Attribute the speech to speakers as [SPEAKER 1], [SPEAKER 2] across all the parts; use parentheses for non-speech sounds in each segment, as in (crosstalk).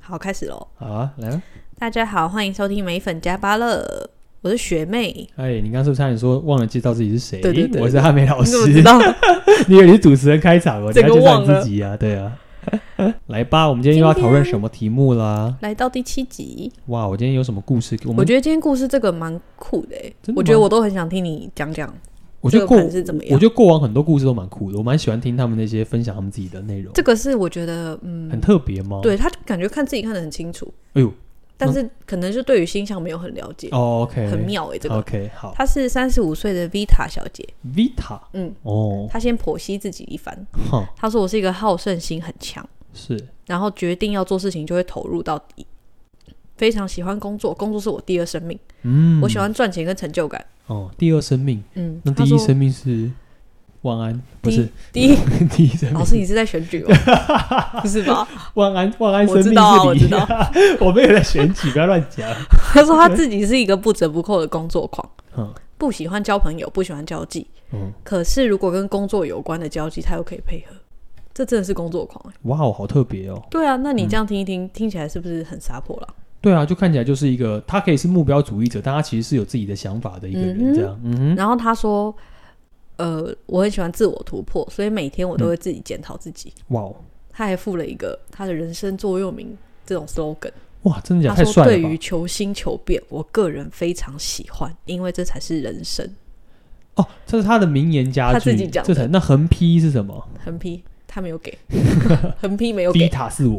[SPEAKER 1] 好，开始喽！
[SPEAKER 2] 好啊，来吧。
[SPEAKER 1] 大家好，欢迎收听《美粉加芭乐》，我是学妹。
[SPEAKER 2] 哎，你刚刚是不是差点说忘了介绍自己是谁？
[SPEAKER 1] 对对对
[SPEAKER 2] 我哦是汉美老
[SPEAKER 1] 你怎么
[SPEAKER 2] 师。
[SPEAKER 1] 知道？
[SPEAKER 2] (laughs) 你以为你是主持人开场哦？你
[SPEAKER 1] 这
[SPEAKER 2] 还
[SPEAKER 1] 个
[SPEAKER 2] 介绍
[SPEAKER 1] 忘
[SPEAKER 2] 你
[SPEAKER 1] 了
[SPEAKER 2] 自己啊？对啊。来吧，我们今天又要讨论什么题目啦？
[SPEAKER 1] 来到第七集，
[SPEAKER 2] 哇，我今天有什么故事？我
[SPEAKER 1] 我
[SPEAKER 2] 们
[SPEAKER 1] 觉得今天故事这个蛮酷的欸
[SPEAKER 2] 真的吗
[SPEAKER 1] 我觉得我都很想听你讲讲。
[SPEAKER 2] 我觉
[SPEAKER 1] 这个
[SPEAKER 2] 得过
[SPEAKER 1] 盘啊是怎么样
[SPEAKER 2] 我觉得过往很多故事都蛮酷的，我蛮喜欢听他们那些分享他们自己的内容，
[SPEAKER 1] 这个是我觉得，嗯，
[SPEAKER 2] 很特别吗？，
[SPEAKER 1] 对他感觉看自己看得很清楚，
[SPEAKER 2] 哎呦
[SPEAKER 1] 但是可能是对于星象没有很了解，
[SPEAKER 2] 哦，OK，
[SPEAKER 1] 很妙哎、这个。
[SPEAKER 2] OK，好
[SPEAKER 1] 她是三十五岁的 Vita 小姐，
[SPEAKER 2] ，Vita，
[SPEAKER 1] 嗯，
[SPEAKER 2] 哦，
[SPEAKER 1] 她先剖析自己一番。
[SPEAKER 2] 哼，
[SPEAKER 1] 她说：“我是一个好胜心很强，
[SPEAKER 2] 是
[SPEAKER 1] 然后决定要做事情就会投入到底，非常喜欢工作，工作是我第二生命，
[SPEAKER 2] 嗯，
[SPEAKER 1] 我喜欢赚钱跟成就感。
[SPEAKER 2] 哦，第二生命，”
[SPEAKER 1] 嗯，
[SPEAKER 2] 那
[SPEAKER 1] 她
[SPEAKER 2] 第一
[SPEAKER 1] 说
[SPEAKER 2] 生命是万安，不是
[SPEAKER 1] 第一，
[SPEAKER 2] (laughs) 第一生命
[SPEAKER 1] 老师你是在选举吗？
[SPEAKER 2] (laughs)
[SPEAKER 1] 不是吧？
[SPEAKER 2] 万安万安生
[SPEAKER 1] 我
[SPEAKER 2] 命
[SPEAKER 1] 知
[SPEAKER 2] 是你，
[SPEAKER 1] 道啊，我知道。
[SPEAKER 2] (laughs) 我没有在选举， (laughs) 不要乱讲。
[SPEAKER 1] 她说她自己是一个不折不扣的工作狂，
[SPEAKER 2] 嗯
[SPEAKER 1] 不喜欢交朋友，不喜欢交际，
[SPEAKER 2] 嗯，
[SPEAKER 1] 可是如果跟工作有关的交际，他又可以配合，这真的是工作狂欸、
[SPEAKER 2] 哇哦，好特别哦。
[SPEAKER 1] 对啊，那你这样听一听，听起来是不是很杀破狼？
[SPEAKER 2] 对啊，就看起来就是一个，他可以是目标主义者，但他其实是有自己的想法的一个
[SPEAKER 1] 嗯
[SPEAKER 2] 人，
[SPEAKER 1] 哼
[SPEAKER 2] 这样。嗯哼，
[SPEAKER 1] 然后他说，呃，我很喜欢自我突破，所以每天我都会自己检讨自己。
[SPEAKER 2] 哇哦，
[SPEAKER 1] 他还附了一个他的人生座右铭这种 slogan，
[SPEAKER 2] 哇，真的假
[SPEAKER 1] 他
[SPEAKER 2] 的？太
[SPEAKER 1] 说
[SPEAKER 2] 帅
[SPEAKER 1] 对
[SPEAKER 2] 了吧
[SPEAKER 1] 于！求新求变，我个人非常喜欢，因为这才是人生。
[SPEAKER 2] 哦，这是他的名言佳句，
[SPEAKER 1] 他自己讲的
[SPEAKER 2] 这才那横批是什么
[SPEAKER 1] 横批他没有给， (laughs) 横批没有
[SPEAKER 2] 低
[SPEAKER 1] 给，
[SPEAKER 2] 塔是
[SPEAKER 1] (laughs)
[SPEAKER 2] 我，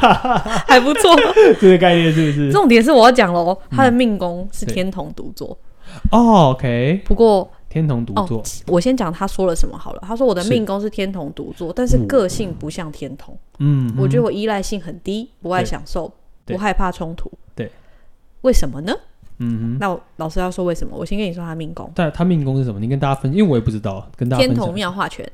[SPEAKER 1] 还不错。
[SPEAKER 2] (laughs) 这个概念是不 (laughs) 是？嗯
[SPEAKER 1] 重点是我要讲喽，他的命宫是
[SPEAKER 2] 对
[SPEAKER 1] 天同独坐，
[SPEAKER 2] 哦，OK，
[SPEAKER 1] 不过。
[SPEAKER 2] 天同独坐，
[SPEAKER 1] 我先讲他说了什么好了。他说我的
[SPEAKER 2] 是
[SPEAKER 1] 命宫是天同独坐，但是
[SPEAKER 2] 嗯
[SPEAKER 1] 个性不像天同。
[SPEAKER 2] 嗯，
[SPEAKER 1] 我觉得
[SPEAKER 2] 我
[SPEAKER 1] 我依赖性很低，不爱享受，
[SPEAKER 2] 对
[SPEAKER 1] 不害怕冲突。
[SPEAKER 2] 对，
[SPEAKER 1] 为什么呢？
[SPEAKER 2] 嗯哼，
[SPEAKER 1] 那我老师要说为什么？我先跟你说他命宫
[SPEAKER 2] 但他命宫是什么？你跟大家分，因为我也不知道，跟大家
[SPEAKER 1] 天
[SPEAKER 2] 分享
[SPEAKER 1] 同妙化权，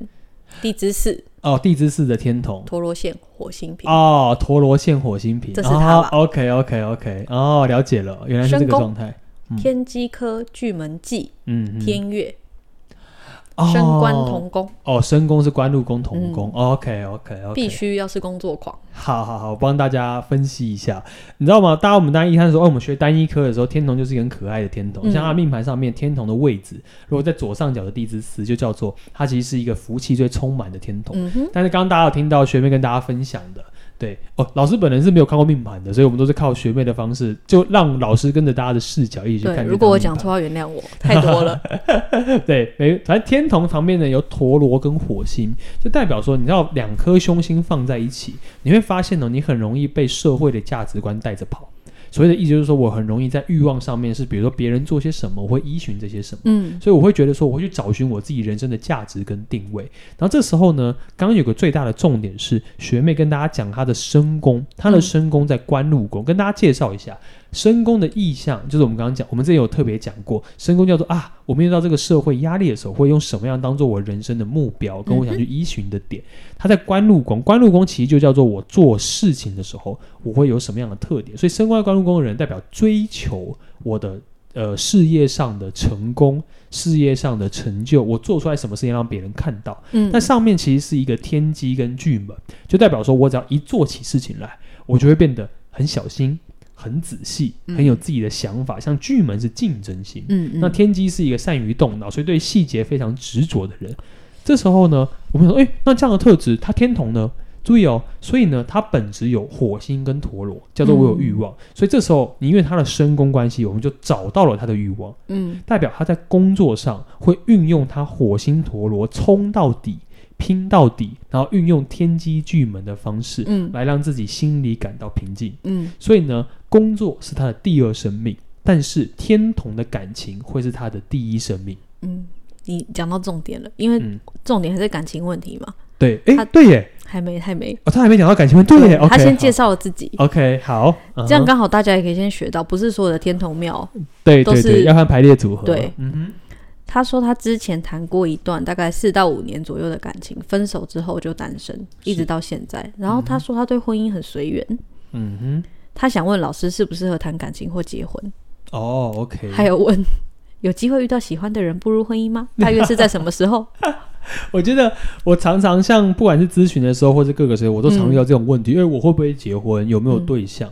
[SPEAKER 1] 地支四
[SPEAKER 2] 哦，地支四的天同，
[SPEAKER 1] 陀螺线火星平，
[SPEAKER 2] 哦，陀螺线火星瓶，
[SPEAKER 1] 这是它吧
[SPEAKER 2] o k OK OK，哦，了解了，原来是这
[SPEAKER 1] 申
[SPEAKER 2] 个
[SPEAKER 1] 宫
[SPEAKER 2] 状态。嗯
[SPEAKER 1] 天机科巨门忌
[SPEAKER 2] 嗯，嗯
[SPEAKER 1] 天月
[SPEAKER 2] 哦
[SPEAKER 1] 升官同宫，
[SPEAKER 2] 哦，申宫是官禄宫、同宫。OK OK OK，
[SPEAKER 1] 必。须要是工作狂。
[SPEAKER 2] 好好好，我帮大家分析一下，你知道吗？大家我们单一看说，哦，我们学单一科的时候，天同就是一个很可爱的天同，
[SPEAKER 1] 嗯
[SPEAKER 2] 像它命盘上面天同的位置，如果在左上角的地支词，就叫做它其实是一个福气最充满的天同。
[SPEAKER 1] 嗯哼，
[SPEAKER 2] 但是刚刚大家有听到学妹跟大家分享的，对哦，老师本人是没有看过命盘的，所以我们都是靠学妹的方式，就让老师跟着大家的视角一起去看这
[SPEAKER 1] 对，
[SPEAKER 2] 张命盘。
[SPEAKER 1] 如果我讲错，要原谅我，太多
[SPEAKER 2] (laughs)
[SPEAKER 1] 了。
[SPEAKER 2] 对，没，反正天同旁边呢有陀螺跟火星，就代表说，你知道两颗凶星放在一起，你会发现呢，哦你很容易被社会的价值观带着跑。所谓的意思就是说，我很容易在欲望上面是，比如说别人做些什么，我会依循这些什么。
[SPEAKER 1] 嗯，
[SPEAKER 2] 所以我会觉得说，我会去找寻我自己人生的价值跟定位。然后这时候呢，刚刚有个最大的重点是，学妹跟大家讲她的身宫，她的身宫在官禄宫，跟大家介绍一下身宫的意象，就是我们刚刚讲，我们之前有特别讲过，身宫叫做啊，我面对到这个社会压力的时候，会用什么样当做我人生的目标，跟我想去依循的点。它在官禄宫，官禄宫其实就叫做我做事情的时候，我会有什么样的特点。所以身官官禄宫的人代表追求我的呃事业上的成功、事业上的成就，我做出来什么事情让别人看到。
[SPEAKER 1] 嗯
[SPEAKER 2] 但上面其实是一个天机跟巨门，就代表说我只要一做起事情来，我就会变得很小心、很仔细、很有自己的想法。像巨门是竞争心，
[SPEAKER 1] 嗯嗯，
[SPEAKER 2] 那天机是一个善于动脑，所以对细节非常执着的人。这时候呢，我们说，哎，那这样的特质，他天同呢？注意哦，所以呢，他本质有火星跟陀螺，叫做我有欲望。
[SPEAKER 1] 嗯
[SPEAKER 2] 所以这时候，你因为他的身宫关系，我们就找到了他的欲望，
[SPEAKER 1] 嗯
[SPEAKER 2] 代表他在工作上会运用他火星陀螺冲到底、拼到底，然后运用天机巨门的方式，
[SPEAKER 1] 嗯
[SPEAKER 2] 来让自己心里感到平静。
[SPEAKER 1] 嗯
[SPEAKER 2] 所以呢，工作是他的第二生命，但是天同的感情会是他的第一生命。
[SPEAKER 1] 嗯，你讲到重点了，因为
[SPEAKER 2] 嗯，
[SPEAKER 1] 重点还是感情问题嘛，
[SPEAKER 2] 对，哎、
[SPEAKER 1] 他
[SPEAKER 2] 对耶，
[SPEAKER 1] 还没还没。
[SPEAKER 2] 哦，他还没讲到感情问，对耶，OK，
[SPEAKER 1] 他先介
[SPEAKER 2] 绍
[SPEAKER 1] 绍了自己，
[SPEAKER 2] ，OK，好，嗯哼
[SPEAKER 1] 这样刚好大家也可以先学到，不是所有的天童庙。
[SPEAKER 2] 对
[SPEAKER 1] 都
[SPEAKER 2] 对
[SPEAKER 1] 是
[SPEAKER 2] 对，要看排列组合，
[SPEAKER 1] 对
[SPEAKER 2] 嗯哼，
[SPEAKER 1] 他说他之前谈过一段大概四到五年左右的感情，分手之后就单身，一直到现在。然后他说他对婚姻很随缘，
[SPEAKER 2] 嗯
[SPEAKER 1] 他想问老师适不适合谈感情或结婚，
[SPEAKER 2] 哼，哦，OK， (laughs)
[SPEAKER 1] 还有问有机会遇到喜欢的人步入婚姻吗？大约是在什么时候？
[SPEAKER 2] 我觉得我常常像不管是咨询的时候，或是各个时候，我都常遇到这种问题，因为我会不会结婚，有没有对象？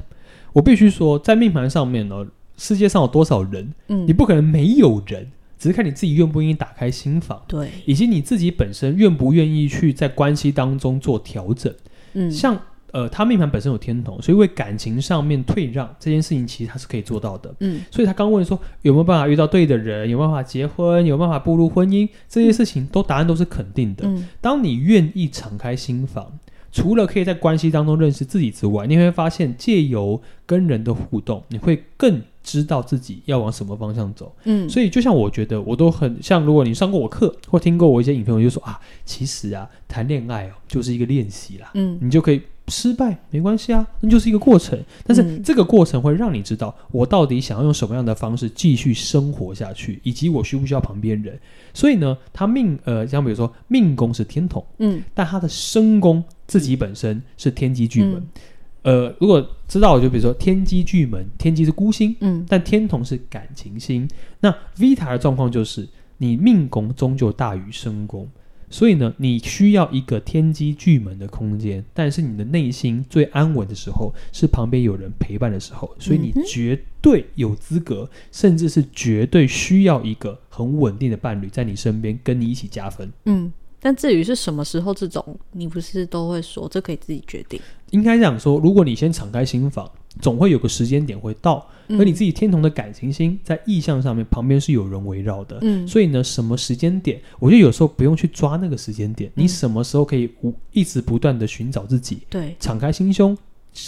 [SPEAKER 2] 我必须说，在命盘上面呢，世界上有多少人，
[SPEAKER 1] 嗯
[SPEAKER 2] 你，不可能没有人，只是看你自己愿不愿意打开心房，
[SPEAKER 1] 对，
[SPEAKER 2] 以及你自己本身愿不愿意去在关系当中做调整。
[SPEAKER 1] 嗯，
[SPEAKER 2] 像呃，他命盘本身有天同，所以为感情上面退让这件事情，其实他是可以做到的。
[SPEAKER 1] 嗯，
[SPEAKER 2] 所以他刚问说有没有办法遇到对的人，有没有办法结婚，有没有办法步入婚姻，这些事情都答案都是肯定的。
[SPEAKER 1] 嗯，
[SPEAKER 2] 当你愿意敞开心房，除了可以在关系当中认识自己之外，你会发现借由跟人的互动，你会更知道自己要往什么方向走。
[SPEAKER 1] 嗯，
[SPEAKER 2] 所以，就像我觉得，我都很像，如果你上过我课或听过我一些影片，我就说啊，其实啊，谈恋爱哦，就是一个练习啦。
[SPEAKER 1] 嗯，
[SPEAKER 2] 你就可以失败，没关系啊，那就是一个过程。但是
[SPEAKER 1] 嗯
[SPEAKER 2] 这个过程会让你知道，我到底想要用什么样的方式继续生活下去，以及我需不需要旁边人。所以呢，他命呃，像比如说命宫是天同，
[SPEAKER 1] 嗯，
[SPEAKER 2] 但他的身宫自己本身是天机巨门。
[SPEAKER 1] 嗯
[SPEAKER 2] 呃，如果知道，就比如说天机巨门，天机是孤星，
[SPEAKER 1] 嗯，
[SPEAKER 2] 但天同是感情星。那 Vita 的状况就是，你命宫终究大于身宫，所以呢，你需要一个天机巨门的空间，但是你的内心最安稳的时候是旁边有人陪伴的时候，所以你
[SPEAKER 1] 嗯哼
[SPEAKER 2] 绝对有资格，甚至是绝对需要一个很稳定的伴侣在你身边跟你一起加分。
[SPEAKER 1] 嗯。但至于是什么时候，这种你不是都会说，这可以自己决定。
[SPEAKER 2] 应该这样说，如果你先敞开心房，总会有个时间点会到，而你自
[SPEAKER 1] 己，
[SPEAKER 2] 己天同的感情星在意象上面旁边是有人围绕的，
[SPEAKER 1] 嗯，
[SPEAKER 2] 所以呢，什么时间点，我觉得有时候不用去抓那个时间点，
[SPEAKER 1] 嗯
[SPEAKER 2] 你什么时候可以无一直不断的寻找自己，
[SPEAKER 1] 对，
[SPEAKER 2] 敞开心胸。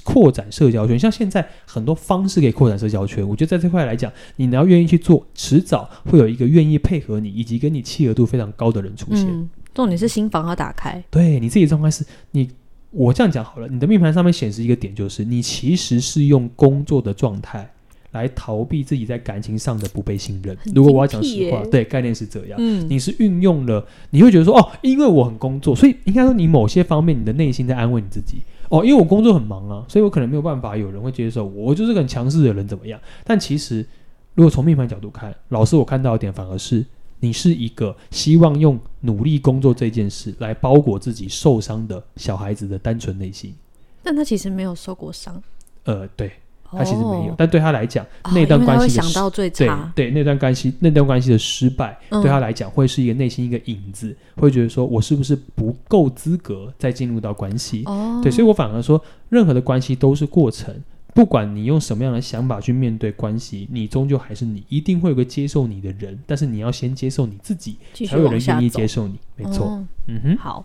[SPEAKER 2] 扩展社交圈，像现在很多方式可以扩展社交圈。我觉得在这块来讲，你只要愿意去做，迟早会有一个愿意配合你以及跟你契合度非常高的人出现。
[SPEAKER 1] 嗯，重点是心房要打开，
[SPEAKER 2] 对你自己的状态是，你我这样讲好了，你的命盘上面显示一个点，就是你其实是用工作的状态来逃避自己在感情上的不被信任。如果我要讲
[SPEAKER 1] 精辟
[SPEAKER 2] 实话
[SPEAKER 1] 耶，
[SPEAKER 2] 对概念是这样。
[SPEAKER 1] 嗯，
[SPEAKER 2] 你是运用了，你会觉得说哦，因为我很工作，所以应该说你某些方面你的内心在安慰你自己哦，因为我工作很忙啊，所以我可能没有办法有人会接受我，我就是个很强势的人怎么样？但其实如果从命盘角度看，老师我看到一点反而是你是一个希望用努力工作这件事来包裹自己受伤的小孩子的单纯内心。
[SPEAKER 1] 但他其实没有受过伤，
[SPEAKER 2] 呃，对他其实没有，
[SPEAKER 1] 哦
[SPEAKER 2] 但对他来讲，
[SPEAKER 1] 哦
[SPEAKER 2] 那段
[SPEAKER 1] 因为他
[SPEAKER 2] 关
[SPEAKER 1] 会
[SPEAKER 2] 系的
[SPEAKER 1] 想
[SPEAKER 2] 失
[SPEAKER 1] 到最
[SPEAKER 2] 对
[SPEAKER 1] 差，
[SPEAKER 2] 对，那段关系那段关系的失败，
[SPEAKER 1] 嗯
[SPEAKER 2] 对他来讲会是一个内心一个影子，会觉得说我是不是不够资格再进入到关系？
[SPEAKER 1] 哦，
[SPEAKER 2] 对，所以我反而说，任何的关系都是过程，不管你用什么样的想法去面对关系，你终究还是你，一定会有个接受你的人，但是你要先接受你自己，
[SPEAKER 1] 继续
[SPEAKER 2] 才会有
[SPEAKER 1] 往
[SPEAKER 2] 人
[SPEAKER 1] 下
[SPEAKER 2] 愿意
[SPEAKER 1] 走
[SPEAKER 2] 接，受你。没错，
[SPEAKER 1] 哦
[SPEAKER 2] 嗯哼。
[SPEAKER 1] 好，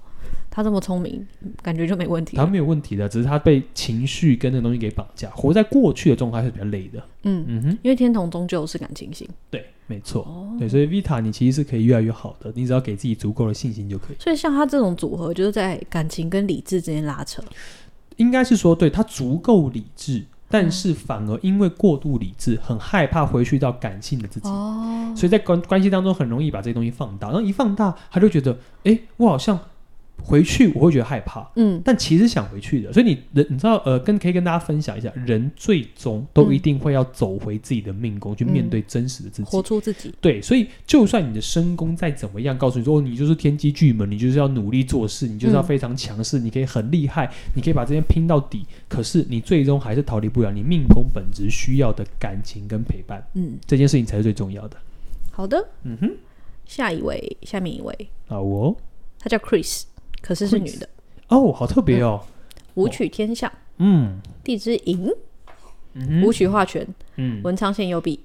[SPEAKER 1] 他这么聪明，感觉就没问题
[SPEAKER 2] 他
[SPEAKER 1] 了。
[SPEAKER 2] 没有问题的，只是他被情绪跟那个东西给绑架，活在过去的状态是比较累的。
[SPEAKER 1] 嗯，
[SPEAKER 2] 嗯哼，
[SPEAKER 1] 因为天同终究是感情型，
[SPEAKER 2] 对，没错。
[SPEAKER 1] 哦
[SPEAKER 2] 对，所以 Vita 你其实是可以越来越好的，你只要给自己足够的信心就可以。
[SPEAKER 1] 所以像他这种组合，就是在感情跟理智之间拉扯。
[SPEAKER 2] 应该是说，对他足够理智，但
[SPEAKER 1] 嗯
[SPEAKER 2] 是反而因为过度理智，很害怕回去到感性的自己，
[SPEAKER 1] 哦，
[SPEAKER 2] 所以在关关系当中很容易把这些东西放大，然后一放大，他就觉得，诶，我好像回去我会觉得害怕。
[SPEAKER 1] 嗯
[SPEAKER 2] 但其实想回去的，所以你人你知道呃，跟可以跟大家分享一下，人最终都
[SPEAKER 1] 嗯
[SPEAKER 2] 一定会要走回自己的命宫，去面
[SPEAKER 1] 嗯
[SPEAKER 2] 对真实的自己。
[SPEAKER 1] 活出自己。
[SPEAKER 2] 对，所以就算你的身宫再怎么样，告诉你说、哦、你就是天机巨门，你就是要努力做事，你就是要
[SPEAKER 1] 嗯
[SPEAKER 2] 非常强势，你可以很厉害，你可以把这些拼到底。可是你最终还是逃离不了你命宫本质需要的感情跟陪伴，
[SPEAKER 1] 嗯，
[SPEAKER 2] 这件事情才是最重要的。
[SPEAKER 1] 好的，
[SPEAKER 2] 嗯哼，
[SPEAKER 1] 下一位，下面一位，
[SPEAKER 2] 啊我
[SPEAKER 1] 她叫 Chris，可是是女的，
[SPEAKER 2] 哦，好特别哦，
[SPEAKER 1] 武曲天相，
[SPEAKER 2] 嗯
[SPEAKER 1] 地支寅，
[SPEAKER 2] 嗯
[SPEAKER 1] 武
[SPEAKER 2] 哼
[SPEAKER 1] 曲化权，
[SPEAKER 2] 嗯，
[SPEAKER 1] 文昌县右弼，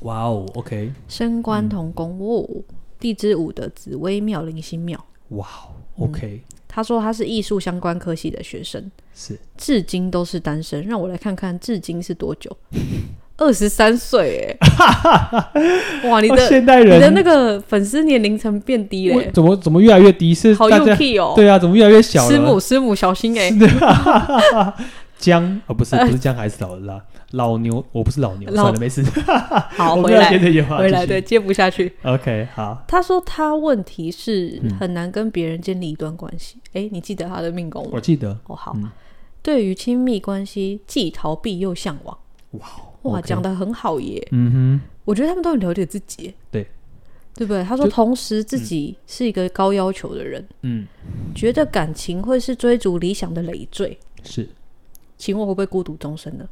[SPEAKER 2] 哇哦，OK，
[SPEAKER 1] 升
[SPEAKER 2] 嗯
[SPEAKER 1] 官同宫哦，地支午的紫薇庙灵星庙。
[SPEAKER 2] 哇哦，OK，、
[SPEAKER 1] 他说他是艺术相关科系的学生，
[SPEAKER 2] 是
[SPEAKER 1] 至今都是单身。让我来看看至今是多
[SPEAKER 2] (laughs)
[SPEAKER 1] 久，二十三岁哎！哇，你
[SPEAKER 2] 哦
[SPEAKER 1] 的
[SPEAKER 2] 现代
[SPEAKER 1] 你
[SPEAKER 2] 人
[SPEAKER 1] 的那个粉丝年龄层变低嘞、
[SPEAKER 2] 我怎么怎么越来越低？是
[SPEAKER 1] 好
[SPEAKER 2] 大
[SPEAKER 1] 幼
[SPEAKER 2] 家
[SPEAKER 1] 气哦。
[SPEAKER 2] 对啊，怎么越来越小
[SPEAKER 1] 师
[SPEAKER 2] 了？
[SPEAKER 1] 母师母小心哎、
[SPEAKER 2] 姜啊、哦，不是不是姜，还是老的啦，老牛，我不是老牛，
[SPEAKER 1] 呃老
[SPEAKER 2] 算了，没事。
[SPEAKER 1] 好
[SPEAKER 2] 我
[SPEAKER 1] 回
[SPEAKER 2] 们要接
[SPEAKER 1] 来
[SPEAKER 2] 着演化，
[SPEAKER 1] 回来，
[SPEAKER 2] 继续
[SPEAKER 1] 对，接不下去。
[SPEAKER 2] ，OK，好，
[SPEAKER 1] 他说他问题是
[SPEAKER 2] 嗯
[SPEAKER 1] 很难跟别人建立一段关系。哎、你记得他的命宫吗
[SPEAKER 2] 我？记得，
[SPEAKER 1] 哦，好。
[SPEAKER 2] 嗯
[SPEAKER 1] 对于亲密关系既逃避又向往，
[SPEAKER 2] 哇，
[SPEAKER 1] 哇，
[SPEAKER 2] OK
[SPEAKER 1] 讲的很好耶。
[SPEAKER 2] 嗯
[SPEAKER 1] 我觉得他们都很了解自己。
[SPEAKER 2] 对，
[SPEAKER 1] 对不对？他说，
[SPEAKER 2] 就
[SPEAKER 1] 同时自己是一个高要求的人，
[SPEAKER 2] 嗯，
[SPEAKER 1] 觉得感情会是追逐理想的累赘。
[SPEAKER 2] 是。
[SPEAKER 1] 请问会不会孤独终身
[SPEAKER 2] (laughs)
[SPEAKER 1] 呢？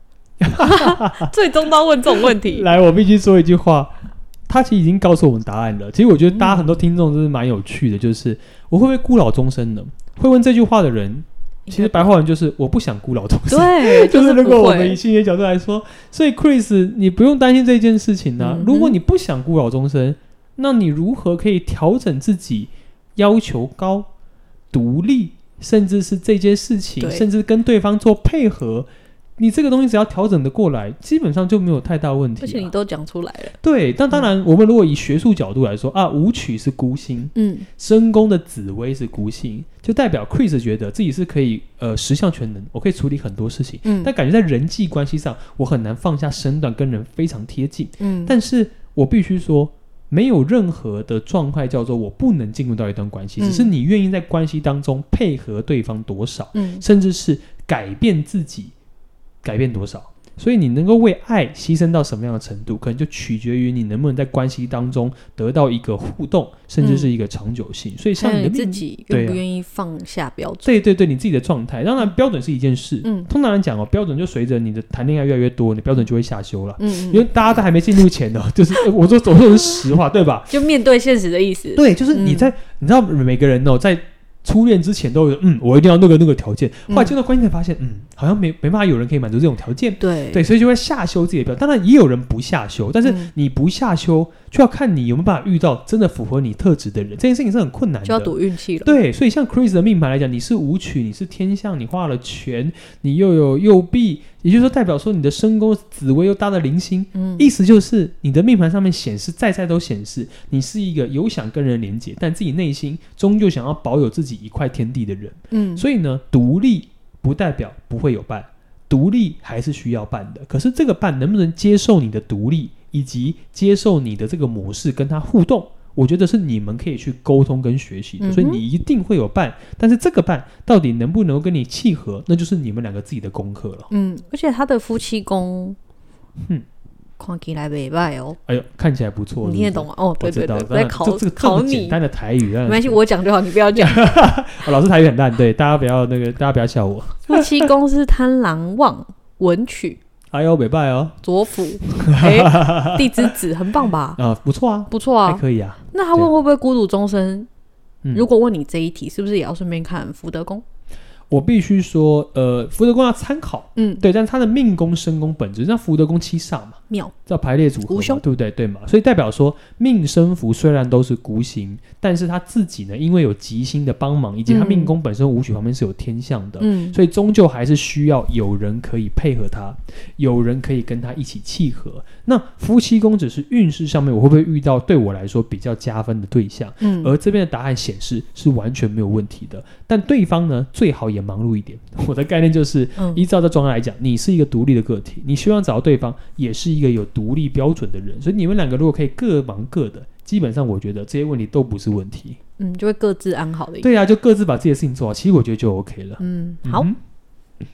[SPEAKER 1] 最终都要问这种问题。
[SPEAKER 2] 来，我必须说一句话，他其实已经告诉我们答案了。其实我觉得大家很多听众真是蛮有趣的，就是我会不会孤老终生呢？会问这句话的人，其实白话文就是我不想孤老终生。
[SPEAKER 1] 对，
[SPEAKER 2] (laughs) 就是如果
[SPEAKER 1] 不
[SPEAKER 2] 我
[SPEAKER 1] 会
[SPEAKER 2] 们以性学角度来说，所以 Chris，你不用担心这件事情呢、啊
[SPEAKER 1] 嗯哼
[SPEAKER 2] 如果你不想孤老终身，那你如何可以调整自己，要求高、独立，甚至是这件事情，
[SPEAKER 1] 对
[SPEAKER 2] 甚至跟对方做配合？你这个东西只要调整的过来，基本上就没有太大问题、啊。
[SPEAKER 1] 而且你都讲出来了，
[SPEAKER 2] 对，但当然，我们如果以学术角度来说啊，舞曲是孤星，
[SPEAKER 1] 嗯，
[SPEAKER 2] 深宫的紫薇是孤星，就代表 Chris 觉得自己是可以呃十项全能，我可以处理很多事情，
[SPEAKER 1] 嗯
[SPEAKER 2] 但感觉在人际关系上，我很难放下身段跟人非常贴近。
[SPEAKER 1] 嗯，
[SPEAKER 2] 但是我必须说，没有任何的状态叫做我不能进入到一段关系，
[SPEAKER 1] 嗯
[SPEAKER 2] 只是你愿意在关系当中配合对方多少。
[SPEAKER 1] 嗯
[SPEAKER 2] 甚至是改变自己，改变多少。所以你能够为爱牺牲到什么样的程度，可能就取决于你能不能在关系当中得到一个互动，甚至是一个长久性。所以像
[SPEAKER 1] 还有
[SPEAKER 2] 你
[SPEAKER 1] 你嗯
[SPEAKER 2] 的
[SPEAKER 1] 自
[SPEAKER 2] 命
[SPEAKER 1] 己
[SPEAKER 2] 对
[SPEAKER 1] 愿
[SPEAKER 2] 啊
[SPEAKER 1] 不愿意放下标准？
[SPEAKER 2] 对对对，你自己的状态，当然标准是一件事。
[SPEAKER 1] 嗯
[SPEAKER 2] 通常来讲哦，标准就随着你的谈恋爱越来越多，你标准就会下修了。
[SPEAKER 1] 嗯
[SPEAKER 2] 因为
[SPEAKER 1] 嗯，
[SPEAKER 2] 大家在还没进入前呢、 (laughs) 就是呃我说，我说的是实话，对吧？
[SPEAKER 1] 就面 (laughs) 对嗯现实的意思。
[SPEAKER 2] 对，就是你在、你知道每个人哦，在初恋之前都有嗯，我一定要那个那个条件，后来进到关系才发现，嗯，好像没没办法有人可以满足这种条件，
[SPEAKER 1] 对
[SPEAKER 2] 对，所以就会下修自己的标准。当然也有人不下修，但是
[SPEAKER 1] 嗯
[SPEAKER 2] 你不下修，就要看你有没有办法遇到真的符合你特质的人，这件事情是很困难的。
[SPEAKER 1] 就要赌运气了。
[SPEAKER 2] 对，所以像 Chris 的命盘来讲，你是武曲，你是天象，你画了权，你又有右臂，也就是说代表说你的身宫紫薇又搭了零星，
[SPEAKER 1] 嗯，
[SPEAKER 2] 意思就是你的命盘上面显示，在在都显示你是一个有想跟人连接，但自己内心终究想要保有自己一块天地的人。
[SPEAKER 1] 嗯，
[SPEAKER 2] 所以呢，独立不代表不会有伴，独立还是需要伴的。可是这个伴能不能接受你的独立，以及接受你的这个模式跟他互动？我觉得是你们可以去沟通跟学习的，
[SPEAKER 1] 嗯哼
[SPEAKER 2] 所以你一定会有伴，但是这个伴到底能不能够跟你契合，那就是你们两个自己的功课了。
[SPEAKER 1] 嗯，而且他的夫妻宫，
[SPEAKER 2] 嗯，
[SPEAKER 1] 看起来袂歹哦，
[SPEAKER 2] 哎呦，看起来不错，
[SPEAKER 1] 你
[SPEAKER 2] 是不
[SPEAKER 1] 听
[SPEAKER 2] 是
[SPEAKER 1] 得懂吗？哦，
[SPEAKER 2] 我
[SPEAKER 1] 对
[SPEAKER 2] 知
[SPEAKER 1] 对
[SPEAKER 2] 道，
[SPEAKER 1] 对，
[SPEAKER 2] 当然
[SPEAKER 1] 在考
[SPEAKER 2] 这这个这
[SPEAKER 1] 考
[SPEAKER 2] 么简
[SPEAKER 1] 你，
[SPEAKER 2] 单的台语，没
[SPEAKER 1] 没关系，我讲就好，你不要讲。
[SPEAKER 2] (laughs) 老师台语很烂，对，大家不要那个，大家不要笑我。
[SPEAKER 1] 夫妻宫是贪狼旺文曲
[SPEAKER 2] 哎呦，北拜哦，
[SPEAKER 1] 左
[SPEAKER 2] (laughs)
[SPEAKER 1] 辅，哎，地之子很棒吧？
[SPEAKER 2] 啊，不错啊，
[SPEAKER 1] 不错
[SPEAKER 2] 还
[SPEAKER 1] 啊。
[SPEAKER 2] 可以啊。
[SPEAKER 1] 那他问会不会孤独终身？
[SPEAKER 2] 嗯
[SPEAKER 1] 如果问你这一题，是不是也要顺便看福德宫？
[SPEAKER 2] 我必须说，呃，福德宫要参考，
[SPEAKER 1] 嗯，
[SPEAKER 2] 对，但是他的命宫、身宫本质，那福德宫七煞嘛，
[SPEAKER 1] 妙，
[SPEAKER 2] 叫排列组合
[SPEAKER 1] 无
[SPEAKER 2] 嘛
[SPEAKER 1] 凶，
[SPEAKER 2] 对不对？对嘛，所以代表说命生福虽然都是孤星，但是他自己呢，因为有吉星的帮忙，以及他
[SPEAKER 1] 嗯
[SPEAKER 2] 命宫本身武曲旁边是有天象的，
[SPEAKER 1] 嗯，
[SPEAKER 2] 所以终究还是需要有人可以配合他，有人可以跟他一起契合。那夫妻宫只是运势上面，我会不会遇到对我来说比较加分的对象？
[SPEAKER 1] 嗯，
[SPEAKER 2] 而这边的答案显示是完全没有问题的，但对方呢最好也忙碌一点。 (laughs) 我的概念就是，
[SPEAKER 1] 嗯
[SPEAKER 2] 依照这状态来讲，你是一个独立的个体，你希望找到对方也是一个有独立标准的人，所以你们两个如果可以各忙各的，基本上我觉得这些问题都不是问题。
[SPEAKER 1] 嗯，就会各自安好的一个。
[SPEAKER 2] 对啊，就各自把自己的事情做好，其实我觉得就 OK 了。
[SPEAKER 1] 嗯，好，
[SPEAKER 2] 嗯哼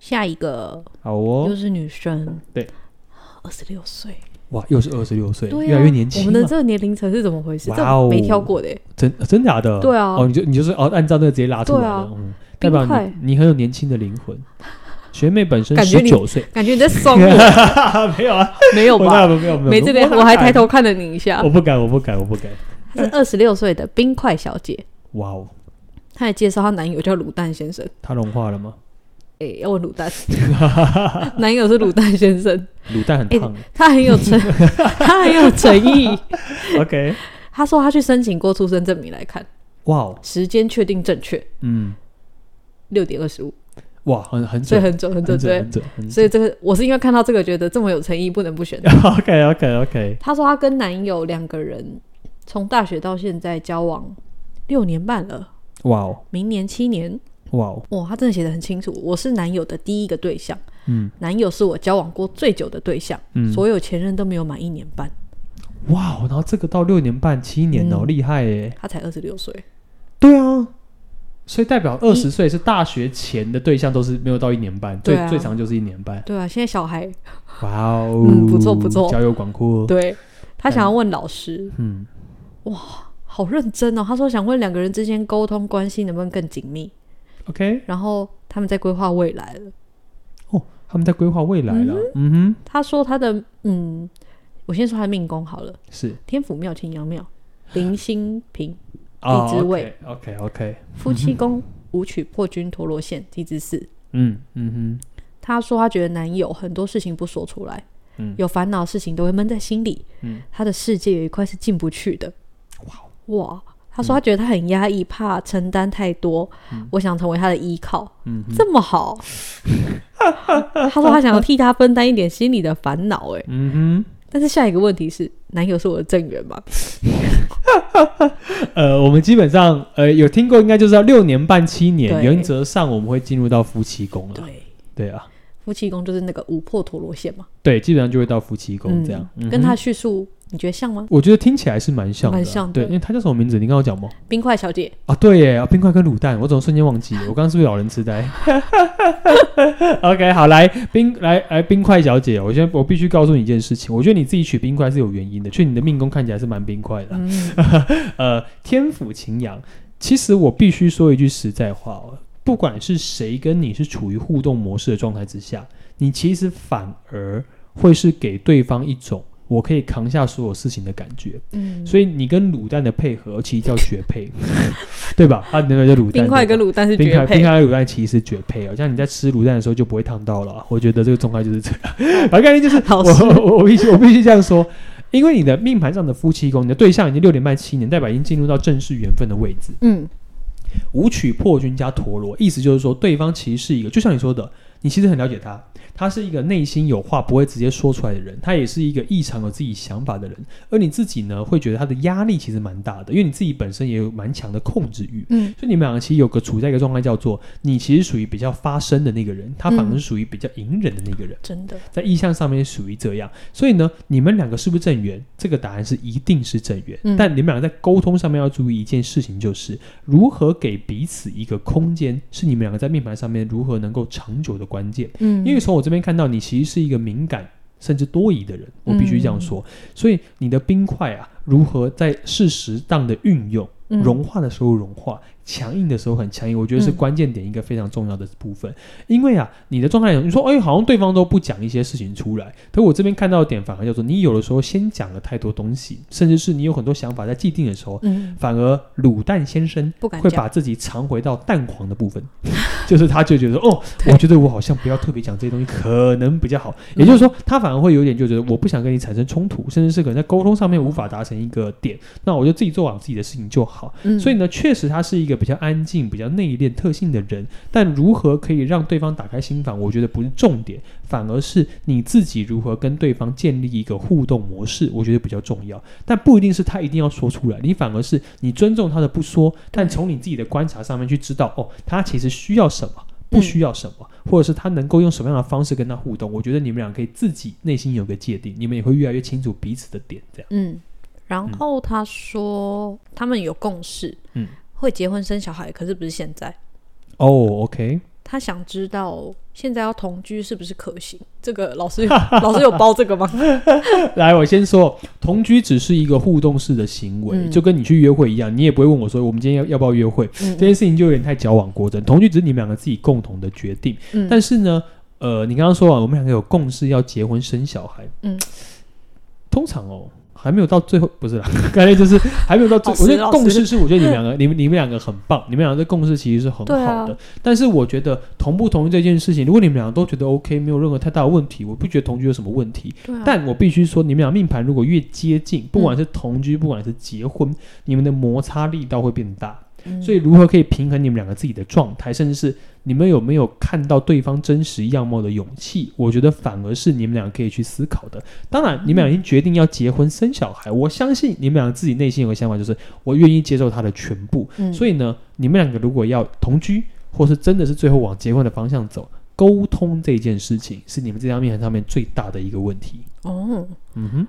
[SPEAKER 1] 下一个
[SPEAKER 2] 好哦，
[SPEAKER 1] 又是女生，
[SPEAKER 2] 对，
[SPEAKER 1] 二十六岁，
[SPEAKER 2] 哇，又是二十六岁，
[SPEAKER 1] 对啊
[SPEAKER 2] 越来越年
[SPEAKER 1] 我
[SPEAKER 2] 轻
[SPEAKER 1] 们的
[SPEAKER 2] 了。
[SPEAKER 1] 这个年龄层是怎么回事？这
[SPEAKER 2] 哇哦
[SPEAKER 1] 我没挑过的耶，
[SPEAKER 2] 真真假的？
[SPEAKER 1] 对啊
[SPEAKER 2] 哦，你就你就是哦，按照那个直接拉出来
[SPEAKER 1] 对
[SPEAKER 2] 的，
[SPEAKER 1] 啊
[SPEAKER 2] 嗯，代
[SPEAKER 1] 冰
[SPEAKER 2] 表
[SPEAKER 1] 块
[SPEAKER 2] 你你很有年轻的灵
[SPEAKER 1] (laughs)
[SPEAKER 2] 魂。学妹本身
[SPEAKER 1] 感觉
[SPEAKER 2] 十
[SPEAKER 1] 你
[SPEAKER 2] 九岁，
[SPEAKER 1] 感觉你在 (laughs)
[SPEAKER 2] 啊
[SPEAKER 1] 送
[SPEAKER 2] (laughs)
[SPEAKER 1] 我，
[SPEAKER 2] 没有啊，
[SPEAKER 1] 没有
[SPEAKER 2] 我
[SPEAKER 1] 吧？
[SPEAKER 2] 那没有没有
[SPEAKER 1] 啊没这边，
[SPEAKER 2] 哪
[SPEAKER 1] 我还
[SPEAKER 2] 敢
[SPEAKER 1] 抬头看了你一下
[SPEAKER 2] 我。不敢，我不敢，我不敢。
[SPEAKER 1] 她是二十六岁的冰块小姐，
[SPEAKER 2] 哇哦，
[SPEAKER 1] 她也介绍她男友叫卤蛋先生。
[SPEAKER 2] 它融化
[SPEAKER 1] (laughs)
[SPEAKER 2] 了吗？
[SPEAKER 1] 诶，要问卤
[SPEAKER 2] (laughs)
[SPEAKER 1] 蛋，男友是卤蛋先生，
[SPEAKER 2] 卤蛋很烫。
[SPEAKER 1] 他很有
[SPEAKER 2] (laughs)
[SPEAKER 1] 诚，他很有诚意。
[SPEAKER 2] OK，
[SPEAKER 1] 他说他去申请过出生证明来看，
[SPEAKER 2] 哇哦，
[SPEAKER 1] 时间确定正确，
[SPEAKER 2] 嗯，
[SPEAKER 1] 六点二十五，
[SPEAKER 2] 哇，很很
[SPEAKER 1] 所以
[SPEAKER 2] 准，
[SPEAKER 1] 很准很准
[SPEAKER 2] 准，
[SPEAKER 1] 对。
[SPEAKER 2] 很准，很
[SPEAKER 1] 所
[SPEAKER 2] 准。
[SPEAKER 1] 以这个我是因为看到这个觉得这么有诚意，不能不选。
[SPEAKER 2] (laughs) OK OK OK，
[SPEAKER 1] 她说她跟男友两个人从大学到现在交往六年半了，
[SPEAKER 2] 哇哦
[SPEAKER 1] 明年七年。
[SPEAKER 2] 哇哦，
[SPEAKER 1] 哇，她真的写的很清楚，我是男友的第一个对象，
[SPEAKER 2] 嗯
[SPEAKER 1] 男友是我交往过最久的对象，
[SPEAKER 2] 嗯，
[SPEAKER 1] 所有前任都没有满一年半，
[SPEAKER 2] 哇哦，然后这个到六年半七年哦，
[SPEAKER 1] 嗯
[SPEAKER 2] 厉害耶。
[SPEAKER 1] 她才二十六岁。
[SPEAKER 2] 对啊，所以代表二十岁是大学前的对象都是没有到一年半，最
[SPEAKER 1] 对啊
[SPEAKER 2] 最长就是一年半。
[SPEAKER 1] 对啊，现在小孩
[SPEAKER 2] 哇哦，
[SPEAKER 1] 嗯不错不错
[SPEAKER 2] 交友广阔。
[SPEAKER 1] 对他想要
[SPEAKER 2] 哦嗯
[SPEAKER 1] 问老师，
[SPEAKER 2] 嗯，
[SPEAKER 1] 好认真哦。他说想问两个人之间沟通关系能不能更紧密，
[SPEAKER 2] OK，
[SPEAKER 1] 然后他们在规划未来了。
[SPEAKER 2] 他们在规划未来了。嗯
[SPEAKER 1] 他说他的嗯，我先说他的命宫好了，
[SPEAKER 2] 哼，是
[SPEAKER 1] 天府庙、擎羊庙、零星平，
[SPEAKER 2] 啊
[SPEAKER 1] 地之位。
[SPEAKER 2] OK OK，
[SPEAKER 1] 夫妻宫武曲破军陀罗线地支四。
[SPEAKER 2] 嗯嗯
[SPEAKER 1] 他说他觉得男友很多事情不说出来，
[SPEAKER 2] 嗯
[SPEAKER 1] 有烦恼的事情都会闷在心里，
[SPEAKER 2] 嗯
[SPEAKER 1] 他的世界有一块是进不去的。
[SPEAKER 2] 哼，哇哦，
[SPEAKER 1] 哇，他说他觉得他很压抑，怕承担太多，我想成为他的依靠，
[SPEAKER 2] 嗯哼，
[SPEAKER 1] 这么好。他说他想要替他分担一点心里的烦恼，哎，
[SPEAKER 2] 嗯
[SPEAKER 1] 但是下一个问题是，男友是我的正缘吗？
[SPEAKER 2] 哼，呃，我们基本上呃有听过，应该就是要六年半七年，
[SPEAKER 1] 对
[SPEAKER 2] 原则上我们会进入到夫妻宫了。
[SPEAKER 1] 对，
[SPEAKER 2] 对啊，
[SPEAKER 1] 夫妻宫就是那个五破陀罗线嘛，
[SPEAKER 2] 对，基本上就会到夫妻宫这样。嗯哼
[SPEAKER 1] 跟他，叙述你觉得像吗？
[SPEAKER 2] 我觉得听起来是蛮像的啊，
[SPEAKER 1] 蛮像的
[SPEAKER 2] 对，因为他叫什么名字？你刚刚有讲吗？
[SPEAKER 1] 冰块小姐，
[SPEAKER 2] 啊，对耶，啊冰块跟卤蛋，我怎么瞬间忘记了？我刚刚是不是老人痴呆 (laughs) ？OK，好，来冰来来冰块小姐，哦我先我必须告诉你一件事情，我觉得你自己取冰块是有原因的，去你的命宫看起来是蛮冰块的啊。
[SPEAKER 1] 嗯，
[SPEAKER 2] 呃，天府擎羊，其实我必须说一句实在话哦，不管是谁跟你是处于互动模式的状态之下，你其实反而会是给对方一种我可以扛下所有事情的感觉。
[SPEAKER 1] 嗯
[SPEAKER 2] 所以你跟卤蛋的配合其实叫绝配， (laughs) 对吧？啊，那个叫卤蛋，
[SPEAKER 1] 冰块跟卤蛋是
[SPEAKER 2] 冰
[SPEAKER 1] 绝
[SPEAKER 2] 块
[SPEAKER 1] 配
[SPEAKER 2] 冰，块跟卤蛋其实是绝配哦，像你在吃卤蛋的时候就不会烫到了啊。我觉得这个状态就是这样， (laughs) 反正概念就是
[SPEAKER 1] 好
[SPEAKER 2] 我
[SPEAKER 1] 事
[SPEAKER 2] 我我必须我必须这样说，因为你的命盘上的夫妻宫，你的对象已经六点半七年，代表已经进入到正式缘分的位置。
[SPEAKER 1] 嗯，
[SPEAKER 2] 武曲破军加陀螺，意思就是说，对方其实是一个，就像你说的，你其实很了解他，他是一个内心有话不会直接说出来的人，他也是一个异常有自己想法的人，而你自己呢，会觉得他的压力其实蛮大的，因为你自己本身也有蛮强的控制欲，
[SPEAKER 1] 嗯，
[SPEAKER 2] 所以你们两个其实有个处在一个状态，叫做你其实属于比较发声的那个人，他反而是属于比较隐忍的那个人。
[SPEAKER 1] 真的，
[SPEAKER 2] 在意向上面属于这样，所以呢，你们两个是不是正缘？这个答案是一定是正缘。
[SPEAKER 1] 嗯
[SPEAKER 2] 但你们两个在沟通上面要注意一件事情，就是如何给彼此一个空间，是你们两个在命盘上面如何能够长久的关键。
[SPEAKER 1] 嗯，
[SPEAKER 2] 因为从我这边看到，你其实是一个敏感甚至多疑的人，我必须
[SPEAKER 1] 嗯
[SPEAKER 2] 这样说。所以你的冰块啊，如何在适时当的运用，
[SPEAKER 1] 嗯
[SPEAKER 2] 融化的时候融化，强硬的时候很强硬，我觉得是
[SPEAKER 1] 嗯
[SPEAKER 2] 关键点一个非常重要的部分。因为啊，你的状态，你说哎，好像对方都不讲一些事情出来，可我这边看到的点反而叫做你有的时候先讲了太多东西，甚至是你有很多想法在既定的时候，
[SPEAKER 1] 嗯
[SPEAKER 2] 反而卤蛋先生
[SPEAKER 1] 不敢
[SPEAKER 2] 会
[SPEAKER 1] 讲，
[SPEAKER 2] 把自己藏回到蛋黄的部分， (laughs) 就是他就觉得哦，我觉得我好像不要特别讲这些东西，可能比较好。
[SPEAKER 1] 嗯
[SPEAKER 2] 也就是说，他反而会有点就觉得我不想跟你产生冲突，甚至是可能在沟通上面无法达成一个点，那我就自己做好自己的事情就好。
[SPEAKER 1] 嗯
[SPEAKER 2] 所以呢，确实他是一个比较安静、比较内敛特性的人，但如何可以让对方打开心房，我觉得不是重点，反而是你自己如何跟对方建立一个互动模式，我觉得比较重要。但不一定是他一定要说出来，你反而是你尊重他的不说，但从你自己的观察上面去知道，哦，他其实需要什么。不需要什么，或者是他能够用什么样的方式跟他互动，我觉得你们俩可以自己内心有个界定，你们也会越来越清楚彼此的点。这样，
[SPEAKER 1] 嗯，然后他说他们有共识，
[SPEAKER 2] 嗯，
[SPEAKER 1] 会结婚生小孩，可是不是现在。
[SPEAKER 2] 哦，OK、
[SPEAKER 1] 他想知道现在要同居是不是可行？这个老师老师有 (laughs) 包这个
[SPEAKER 2] (laughs)
[SPEAKER 1] 吗？
[SPEAKER 2] o k 来，我先说，同居只是一个互动式的行为，
[SPEAKER 1] 嗯
[SPEAKER 2] 就跟你去约会一样，你也不会问我说我们今天要要不要约会，
[SPEAKER 1] 嗯
[SPEAKER 2] 这件事情就有点太矫枉过正。同居只是你们两个自己共同的决定，
[SPEAKER 1] 嗯
[SPEAKER 2] 但是呢，呃，你刚刚说啊，我们两个有共识要结婚生小孩，
[SPEAKER 1] 嗯，
[SPEAKER 2] 通常哦。还没有到最后，不是啦， (laughs) 概念就是还没有到最。
[SPEAKER 1] 老师
[SPEAKER 2] 我觉得
[SPEAKER 1] 老师
[SPEAKER 2] 共识是，我觉得你们两个， (laughs) 你们你们两个很棒，你们两个的共识其实是很
[SPEAKER 1] 对啊
[SPEAKER 2] 好的。但是我觉得同不同意这件事情，如果你们两个都觉得 OK，没有任何太大的问题，我不觉得同居有什么问题。
[SPEAKER 1] 对啊，
[SPEAKER 2] 但我必须说，你们俩命盘如果越接近，不管是同居，不管是结婚，你们的摩擦力道会变大。
[SPEAKER 1] 嗯
[SPEAKER 2] 所以如何可以平衡你们两个自己的状态，甚至是你们有没有看到对方真实样貌的勇气，我觉得反而是你们俩可以去思考的。当然，你们俩已经决定要结婚生小孩，我相信你们俩自己内心有个想法，就是我愿意接受他的全部。
[SPEAKER 1] 嗯
[SPEAKER 2] 所以呢，你们两个如果要同居，或是真的是最后往结婚的方向走，沟通这件事情是你们这张面上面最大的一个问题。
[SPEAKER 1] 哦，
[SPEAKER 2] 嗯哼，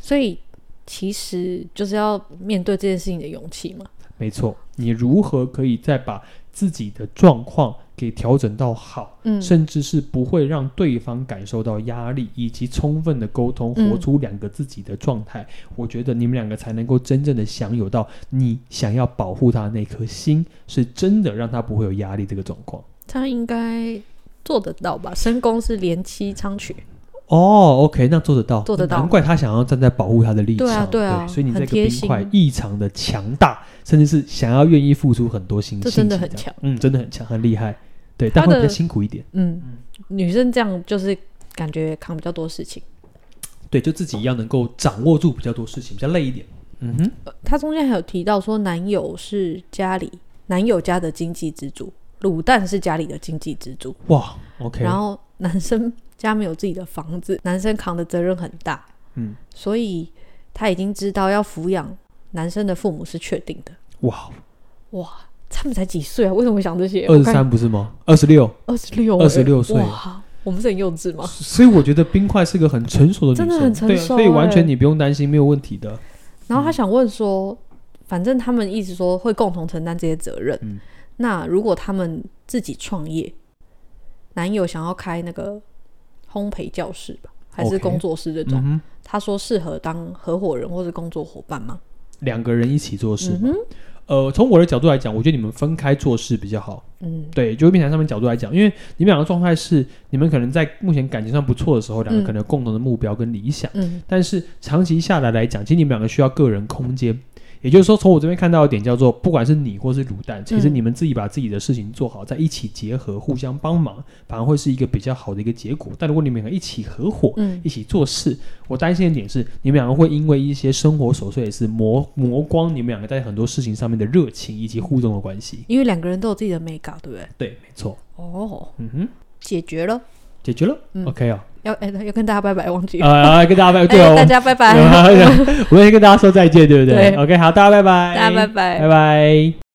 [SPEAKER 1] 所以其实就是要面对这件事情的勇气嘛。
[SPEAKER 2] 没错，你如何可以再把自己的状况给调整到好，
[SPEAKER 1] 嗯
[SPEAKER 2] 甚至是不会让对方感受到压力，以及充分的沟通，
[SPEAKER 1] 嗯
[SPEAKER 2] 活出两个自己的状态。我觉得你们两个才能够真正的享有到你想要保护他的那颗心，是真的让他不会有压力这个状况。
[SPEAKER 1] 他应该做得到吧？深宫是连妻昌曲，
[SPEAKER 2] 哦，OK，那做得到，
[SPEAKER 1] 做得到
[SPEAKER 2] 难怪他想要站在保护他的立场，
[SPEAKER 1] 对啊对啊
[SPEAKER 2] 所以你
[SPEAKER 1] 很
[SPEAKER 2] 这个
[SPEAKER 1] 贴
[SPEAKER 2] 冰块
[SPEAKER 1] 心
[SPEAKER 2] 异常的强大，甚至是想要愿意付出很多心，
[SPEAKER 1] 这真的很
[SPEAKER 2] 性情
[SPEAKER 1] 强。
[SPEAKER 2] 样，嗯，真的很强，很厉害，对，
[SPEAKER 1] 他
[SPEAKER 2] 但会比较
[SPEAKER 1] 的
[SPEAKER 2] 辛苦一点，
[SPEAKER 1] 嗯
[SPEAKER 2] 嗯，
[SPEAKER 1] 女生这样就是感觉扛比较多事情。
[SPEAKER 2] 对，就自
[SPEAKER 1] 哦
[SPEAKER 2] 己要能够掌握住比较多事情，比较累一点，嗯哼，
[SPEAKER 1] 呃她中间还有提到说，男友是家里男友家的经济支柱，卤蛋是家里的经济支柱。
[SPEAKER 2] 哇，OK，
[SPEAKER 1] 然后男生家没有自己的房子，男生扛的责任很大，
[SPEAKER 2] 嗯，
[SPEAKER 1] 所以他已经知道要抚养男生的父母是确定的。
[SPEAKER 2] 哇，
[SPEAKER 1] 哇，他们才几岁啊？为什么会想这些？
[SPEAKER 2] 二十三不是吗？二十六，
[SPEAKER 1] 二十六，欸
[SPEAKER 2] 26岁嗯
[SPEAKER 1] 哇，我们是很幼稚吗？
[SPEAKER 2] 所以我觉得冰块是个很成熟的女
[SPEAKER 1] 真
[SPEAKER 2] 生，
[SPEAKER 1] 的很成
[SPEAKER 2] 对啊
[SPEAKER 1] 熟
[SPEAKER 2] 所以完全
[SPEAKER 1] 欸
[SPEAKER 2] 你不用担心，没有问题的，
[SPEAKER 1] 然后他想问说，反正他们一直说会共同承担这些责任，
[SPEAKER 2] 嗯
[SPEAKER 1] 那如果他们自己创业，男友想要开那个烘焙教室吧，还是
[SPEAKER 2] OK
[SPEAKER 1] 工作室这种
[SPEAKER 2] 嗯哼，
[SPEAKER 1] 他说适合当合伙人或是工作伙伴吗？
[SPEAKER 2] 两个人一起做
[SPEAKER 1] 嗯
[SPEAKER 2] 事嘛，
[SPEAKER 1] 哼，
[SPEAKER 2] 呃，从我的角度来讲，我觉得你们分开做事比较好。
[SPEAKER 1] 嗯
[SPEAKER 2] 对，就面谈上面角度来讲，因为你们两个状态是，你们可能在目前感情上不错的时候，两个
[SPEAKER 1] 嗯
[SPEAKER 2] 可能有共同的目标跟理想，
[SPEAKER 1] 嗯
[SPEAKER 2] 但是长期下来来讲，其实你们两个需要个人空间。也就是说，从我这边看到的点叫做，不管是你或是卤蛋，其实
[SPEAKER 1] 嗯
[SPEAKER 2] 你们自己把自己的事情做好，在一起结合，互相帮忙，反而会是一个比较好的一个结果。但如果你们两个一起合伙，
[SPEAKER 1] 嗯
[SPEAKER 2] 一起做事，我担心的点是，你们两个会因为一些生活琐碎的事磨磨光你们两个在很多事情上面的热情以及互动的关系。
[SPEAKER 1] 因为两个人都有自己的美感，对不对？
[SPEAKER 2] 对，没错。
[SPEAKER 1] 哦，
[SPEAKER 2] 嗯哼，
[SPEAKER 1] 解决了，
[SPEAKER 2] 解决了。
[SPEAKER 1] 嗯
[SPEAKER 2] OK 啊，
[SPEAKER 1] 要哎、要跟大家拜拜，忘记了，
[SPEAKER 2] 呃，来跟大家拜，对
[SPEAKER 1] 哎 (laughs)
[SPEAKER 2] 哦，
[SPEAKER 1] 大家拜
[SPEAKER 2] (laughs)
[SPEAKER 1] 拜，
[SPEAKER 2] 我们我们先跟大家说再见，对不对
[SPEAKER 1] 对
[SPEAKER 2] ？OK，好，大家拜拜，
[SPEAKER 1] 大家拜
[SPEAKER 2] 拜拜。